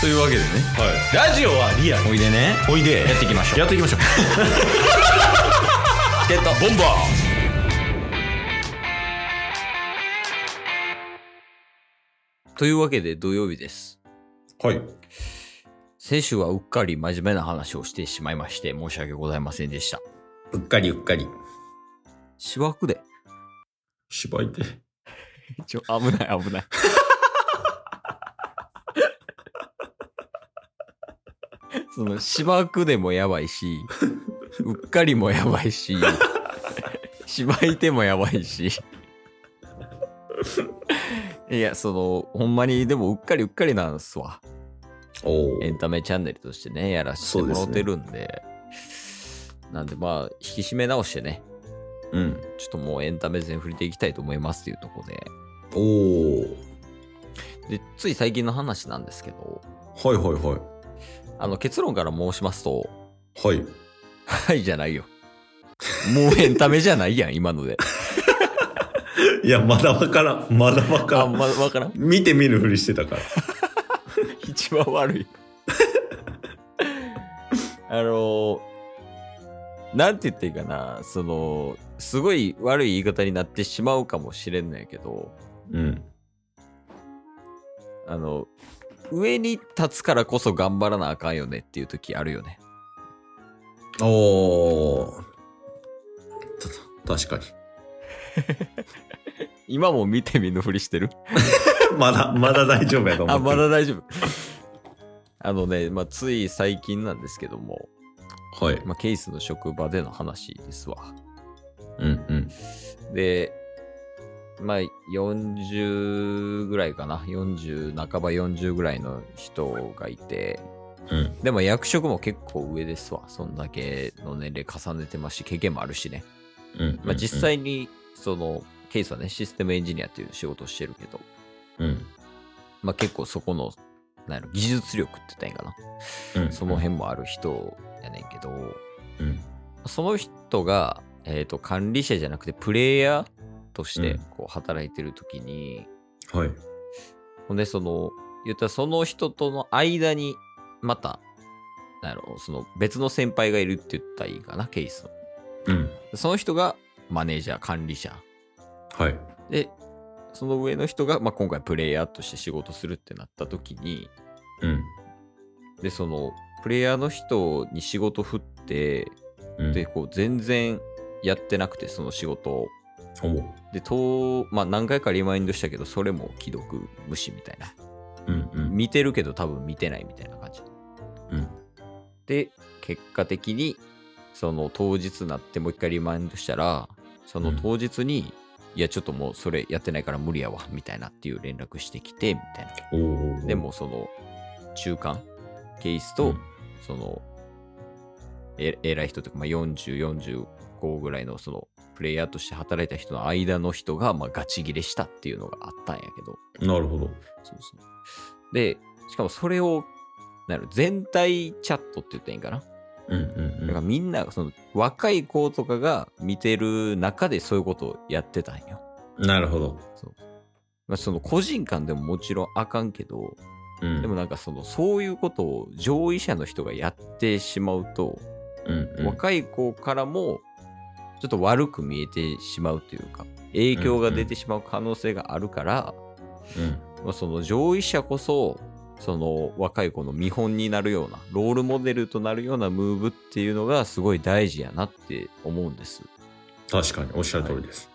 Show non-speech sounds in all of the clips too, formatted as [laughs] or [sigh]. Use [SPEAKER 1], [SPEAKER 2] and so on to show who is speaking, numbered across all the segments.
[SPEAKER 1] というわけでね
[SPEAKER 2] ラジオはリアル
[SPEAKER 1] おいでね
[SPEAKER 2] おいで
[SPEAKER 1] やっていきましょう
[SPEAKER 2] やってい
[SPEAKER 1] [laughs]
[SPEAKER 2] きましょう
[SPEAKER 1] チケットボンバーというわけで土曜日です
[SPEAKER 2] はい
[SPEAKER 1] 先週はうっかり真面目な話をしてしまいまして申し訳ございませんでした
[SPEAKER 2] うっかりうっかり
[SPEAKER 1] 芝生で
[SPEAKER 2] しばいて
[SPEAKER 1] ちょ危ない危ないその芝生でもやばいしうっかりもやばいし芝居てもやばいしいやそのほんまにでもうっかりうっかりなんですわ
[SPEAKER 2] おお
[SPEAKER 1] エンタメチャンネルとしてねやらせてもらってるんでなんでまあ引き締め直してね
[SPEAKER 2] うん
[SPEAKER 1] ちょっともうエンタメ全振りでいきたいと思いますっていうところで
[SPEAKER 2] おお
[SPEAKER 1] でつい最近の話なんですけど
[SPEAKER 2] はいはいは
[SPEAKER 1] あの結論から申しますと
[SPEAKER 2] いはい
[SPEAKER 1] 「はい」じゃないよもうエンタメじゃないやん今ので
[SPEAKER 2] いやまだわからんまだわから
[SPEAKER 1] [laughs] あ
[SPEAKER 2] ん、
[SPEAKER 1] んま分からん
[SPEAKER 2] 見て見ぬふりしてたから
[SPEAKER 1] 一番悪いあのなんて言っていいかなそのすごい悪い言い方になってしまうかもしれんのやけど
[SPEAKER 2] うん
[SPEAKER 1] あの上に立つからこそ頑張らなあかんよねっていう時あるよね
[SPEAKER 2] おお確かに
[SPEAKER 1] 今も見て見ぬふりしてる
[SPEAKER 2] まだまだ大丈夫やと思
[SPEAKER 1] あ
[SPEAKER 2] って
[SPEAKER 1] まだ大丈夫あのね、まあ、つい最近なんですけども、
[SPEAKER 2] はい
[SPEAKER 1] まあ、ケイスの職場での話ですわ
[SPEAKER 2] うんうん
[SPEAKER 1] でまあ40ぐらいかな40半ば40ぐらいの人がいて
[SPEAKER 2] うん
[SPEAKER 1] でも役職も結構上ですわそんだけの年齢重ねてますし経験もあるしね、
[SPEAKER 2] うん
[SPEAKER 1] まあ、実際にそのケイスはねシステムエンジニアっていう仕事をしてるけど、
[SPEAKER 2] うん
[SPEAKER 1] まあ、結構そこのなんやろ技術力って言ったらいいんかな
[SPEAKER 2] うん
[SPEAKER 1] その辺もある人やねんけど、
[SPEAKER 2] うん
[SPEAKER 1] その人が、えー、と管理者じゃなくてプレイヤーとして
[SPEAKER 2] うん
[SPEAKER 1] こう働いてる時に、
[SPEAKER 2] はい
[SPEAKER 1] ほんでその言ったらその人との間にまたなんやろその別の先輩がいるって言ったらいいかなケースの
[SPEAKER 2] うん
[SPEAKER 1] その人がマネージャー管理者
[SPEAKER 2] はい
[SPEAKER 1] でその上の人が、まあ、今回プレイヤーとして仕事するってなった時に
[SPEAKER 2] うん
[SPEAKER 1] でそのプレイヤーの人に仕事振って
[SPEAKER 2] うん
[SPEAKER 1] でこう全然やってなくてその仕事を
[SPEAKER 2] おう
[SPEAKER 1] でと、まあ、何回かリマインドしたけどそれも既読無視みたいな
[SPEAKER 2] うんうん
[SPEAKER 1] 見てるけど多分見てないみたいな感じ
[SPEAKER 2] うん
[SPEAKER 1] で結果的にその当日になってもう一回リマインドしたらその当日に、いやちょっともうそれやってないから無理やわみたいなっていう連絡してきてみたいな
[SPEAKER 2] おうおう
[SPEAKER 1] でもその中間ケース
[SPEAKER 2] う
[SPEAKER 1] と、
[SPEAKER 2] ん
[SPEAKER 1] そのえ偉い人というか、まあ、4045ぐらいのそのプレイヤーとして働いた人の間の人が、まあ、ガチギレしたっていうのがあったんやけど
[SPEAKER 2] なるほど
[SPEAKER 1] そうそうでしかもそれをなる全体チャットって言ったらいいんかな、
[SPEAKER 2] うんう
[SPEAKER 1] だ
[SPEAKER 2] ん
[SPEAKER 1] か
[SPEAKER 2] う
[SPEAKER 1] ら
[SPEAKER 2] ん
[SPEAKER 1] みんなその若い子とかが見てる中でそういうことをやってたんよ、
[SPEAKER 2] なるほど
[SPEAKER 1] まあ、その個人間でももちろんあかんけど
[SPEAKER 2] うん
[SPEAKER 1] でもなんかそのそういうことを上位者の人がやってしまうと
[SPEAKER 2] うんうん
[SPEAKER 1] 若い子からもちょっと悪く見えてしまうというか影響が出てしまう可能性があるから、
[SPEAKER 2] うん
[SPEAKER 1] まあその上位者こそその若い子の見本になるようなロールモデルとなるようなムーブっていうのがすごい大事やなって思うんです
[SPEAKER 2] 確かにおっしゃる通りです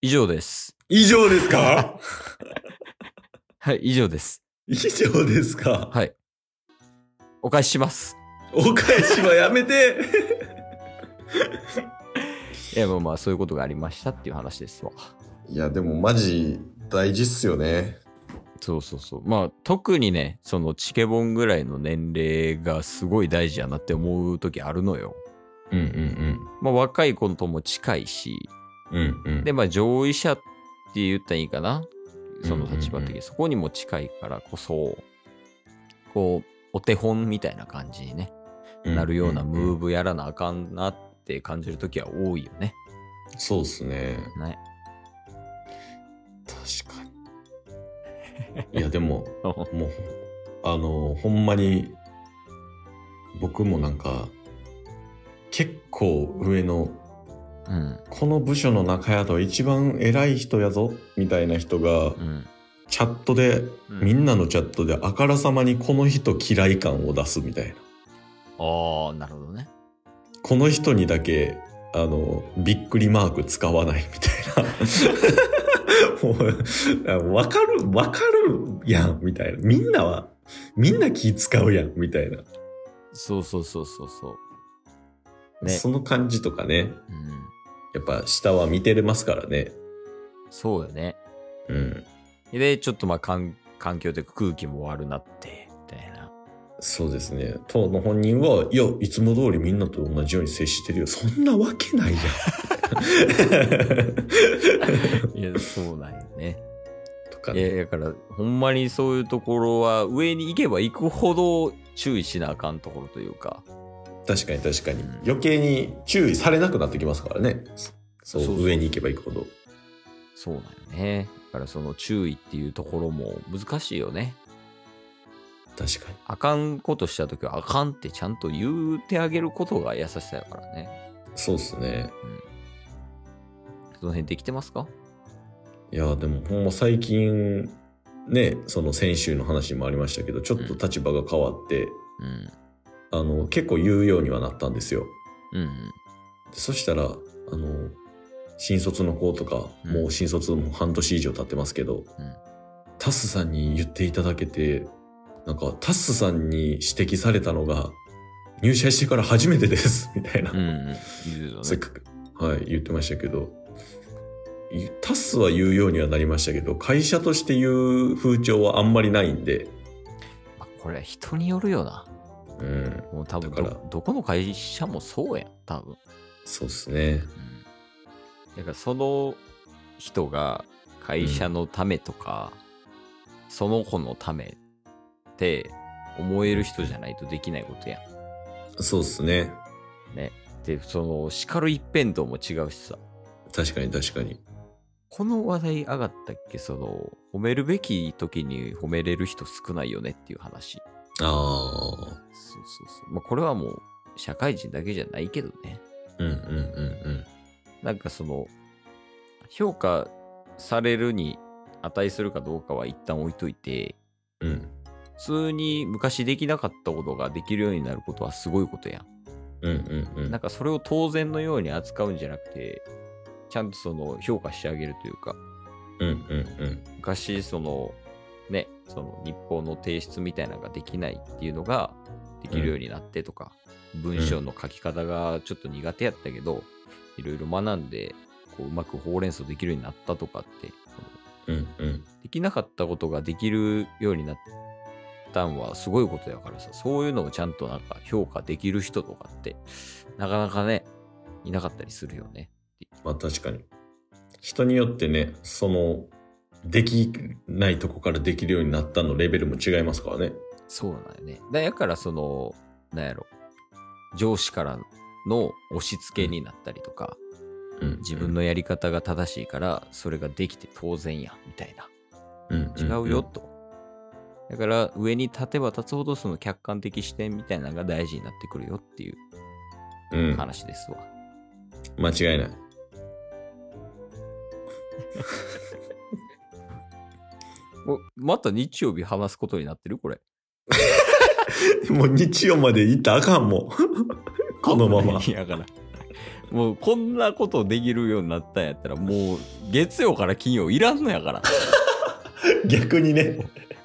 [SPEAKER 1] 以上です
[SPEAKER 2] 以上ですか
[SPEAKER 1] はい以上です
[SPEAKER 2] 以上ですか
[SPEAKER 1] はいお返しします
[SPEAKER 2] お返しはやめて
[SPEAKER 1] いやまあまあそういうことがありましたっていう話ですわ
[SPEAKER 2] いやでもマジ大事っすよね
[SPEAKER 1] そうそうそうまあ特にねそのチケボンぐらいの年齢がすごい大事やなって思う時あるのよ
[SPEAKER 2] うん
[SPEAKER 1] まあ、若い子とも近いし、
[SPEAKER 2] うんうんうんうん
[SPEAKER 1] で、まあ、上位者って言ったらいいかな、その立場
[SPEAKER 2] うんう
[SPEAKER 1] 的
[SPEAKER 2] んう
[SPEAKER 1] に、そこにも近いからこそ、こう、お手本みたいな感じに、ねなるようなムー
[SPEAKER 2] ブ
[SPEAKER 1] ブやらなあかんなって感じるときは多いよね。
[SPEAKER 2] そうっすね
[SPEAKER 1] ね
[SPEAKER 2] [laughs] 確かにいやでももうあの、ほんまに、僕もなんか、結構上の、
[SPEAKER 1] うん。
[SPEAKER 2] この部署の中やと一番偉い人やぞ、みたいな人が、
[SPEAKER 1] うん。
[SPEAKER 2] チャットで、
[SPEAKER 1] うん
[SPEAKER 2] みんなのチャットで、あからさまにこの人嫌い感を出すみたいな。
[SPEAKER 1] ああ、なるほどね。
[SPEAKER 2] この人にだけ、あの、びっくりマーク使わないみたいな。
[SPEAKER 1] [laughs]
[SPEAKER 2] もう、わかる、わかるやん、みたいな。みんなは、みんな気使うやん、みたいな。
[SPEAKER 1] そうそうそうそうそう。ね。
[SPEAKER 2] その感じとかね。
[SPEAKER 1] うん。
[SPEAKER 2] やっぱ、下は見てれますからね。
[SPEAKER 1] そうよね。
[SPEAKER 2] うん。
[SPEAKER 1] で、ちょっとまあ、かん環境というか空気も悪なって、みたいな。
[SPEAKER 2] そうですね。当の本人は、いや、いつも通りみんなと同じように接してるよ。そんなわけないや [laughs] ん。
[SPEAKER 1] いや、そうなんよね。
[SPEAKER 2] とか
[SPEAKER 1] い
[SPEAKER 2] ね。
[SPEAKER 1] や、だから、ほんまにそういうところは、上に行けば行くほど注意しなあかんところというか。
[SPEAKER 2] 確かに確かに。余計に注意されなくなってきますからね。そ、
[SPEAKER 1] そうそうう
[SPEAKER 2] 上に行けば行くほど。
[SPEAKER 1] そうなんよね。だから、その注意っていうところも難しいよね。
[SPEAKER 2] 確かに。
[SPEAKER 1] あかんことしたときは、あかんってちゃんと言うてあげることが優しさやからね。
[SPEAKER 2] そうっすね。
[SPEAKER 1] その辺できてますか
[SPEAKER 2] いや、でもほんま最近、ね、その先週の話にもありましたけど、ちょっと立場が変わって、
[SPEAKER 1] うん。
[SPEAKER 2] あの、結構言うようにはなったんですよ。
[SPEAKER 1] うん。
[SPEAKER 2] でそしたら、あの、新卒の子とか、
[SPEAKER 1] うん
[SPEAKER 2] もう新卒も半年以上経ってますけど、
[SPEAKER 1] うん
[SPEAKER 2] タスさんに言っていただけて、なんかタスさんに指摘されたのが、入社してから初めてです、 [laughs] みたいな。
[SPEAKER 1] うん。うん。言うよ
[SPEAKER 2] せっ
[SPEAKER 1] ね。
[SPEAKER 2] かく、はい、言ってましたけど、いタスは言うようにはなりましたけど、会社として言う風潮はあんまりないんで、
[SPEAKER 1] まあこれは人によるよな。
[SPEAKER 2] うん、
[SPEAKER 1] もう多分
[SPEAKER 2] だから
[SPEAKER 1] ど、どこの会社もそうやん。多分。
[SPEAKER 2] そうっすね。
[SPEAKER 1] だからその人が会社のためとか、その子のためって思える人じゃないとできないことや
[SPEAKER 2] そうっすね。
[SPEAKER 1] んね。で、その叱る一辺倒も違うしさ。
[SPEAKER 2] 確かに確かに。
[SPEAKER 1] この話題上がったっけその、褒めるべき時に褒めれる人少ないよねっていう話。
[SPEAKER 2] ああ、
[SPEAKER 1] そうそうそう。まあ、これはもう社会人だけじゃないけどね。
[SPEAKER 2] うんうんうん
[SPEAKER 1] なんかその、評価されるに値するかどうかは一旦置いといて、
[SPEAKER 2] うん。うん、
[SPEAKER 1] 普通に昔できなかったことができるようになることはすごいことやん。
[SPEAKER 2] うんうんうん
[SPEAKER 1] なんかそれを当然のように扱うんじゃなくて、ちゃんとその評価してあげるというか、
[SPEAKER 2] うんうん
[SPEAKER 1] 昔そのね、その日報の提出みたいなのができないっていうのができるようになってとか、文章の書き方がちょっと苦手やったけど、いろいろ学んで、こううまくほうれん草できるようになったとかって、その
[SPEAKER 2] うんうん
[SPEAKER 1] できなかったことができるようになったんはすごいことやからさ、そういうのをちゃんとなんか評価できる人とかって、なかなかね、いなかったりするよね。
[SPEAKER 2] まあ確かに。人によってね、その、できないとこからできるようになったのレベルも違いますからね。
[SPEAKER 1] そうなんよね。だやからその、なんやろ、上司からの押し付けになったりとか、
[SPEAKER 2] うんうん、
[SPEAKER 1] 自分のやり方が正しいから、それができて当然や、みたいな。
[SPEAKER 2] うんん
[SPEAKER 1] 違うよ、。と。だから上に立てば立つほどその客観的視点みたいなのが大事になってくるよっていう
[SPEAKER 2] うん、
[SPEAKER 1] 話ですわ。
[SPEAKER 2] 間違いない。
[SPEAKER 1] おまた日曜日話すことになってるこれ。
[SPEAKER 2] もう日曜まで行ったらあかん
[SPEAKER 3] [laughs]
[SPEAKER 2] もん。このまま。
[SPEAKER 1] いやから。もうこんなことできるようになったんやったら、もう月曜から金曜いらんのやから。
[SPEAKER 2] 逆にね。